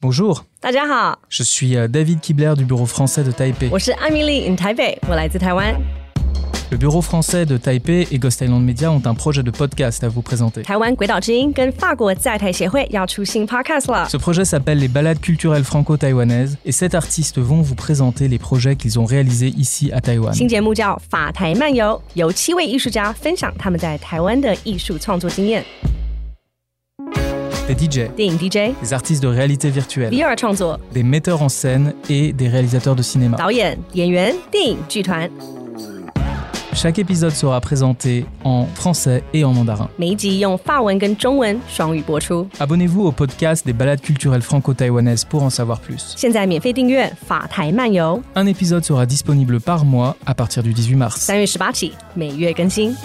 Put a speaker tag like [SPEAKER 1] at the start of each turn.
[SPEAKER 1] Bonjour,
[SPEAKER 2] 大家好，
[SPEAKER 1] je suis euh, David Kibler du bureau français de Taipei.
[SPEAKER 2] 我是艾米丽 in 台北，我来自台湾。
[SPEAKER 1] Le bureau français de Taipei et Ghost Island Media ont un projet de podcast à vous présenter.
[SPEAKER 2] 台湾鬼岛之音跟法国在台协会要出新 podcast 了。
[SPEAKER 1] Ce projet s'appelle les balades culturelles franco-taïwanaises et sept artistes vont vous présenter les projets qu'ils ont réalisés ici à Taïwan.
[SPEAKER 2] 新节目叫《法台漫游》，由七位艺术家分享他们在台湾的艺术创作经验。
[SPEAKER 1] Des DJ,
[SPEAKER 2] 电影 DJ、
[SPEAKER 1] des artistes de réalité virtuelle,
[SPEAKER 2] VR 创作、
[SPEAKER 1] des metteurs en scène et des réalisateurs de cinéma.
[SPEAKER 2] 导演、演员、电影剧团，
[SPEAKER 1] Chaque épisode sera présenté en français et en mandarin.
[SPEAKER 2] 每一集用法文跟中文双语播出。
[SPEAKER 1] Abonnez-vous au podcast des balades culturelles franco-taïwanaises pour en savoir plus.
[SPEAKER 2] 现在免费订阅《法台漫游》，
[SPEAKER 1] Un épisode sera disponible par mois à partir du 18 mars.
[SPEAKER 2] 三月十八起每月更新。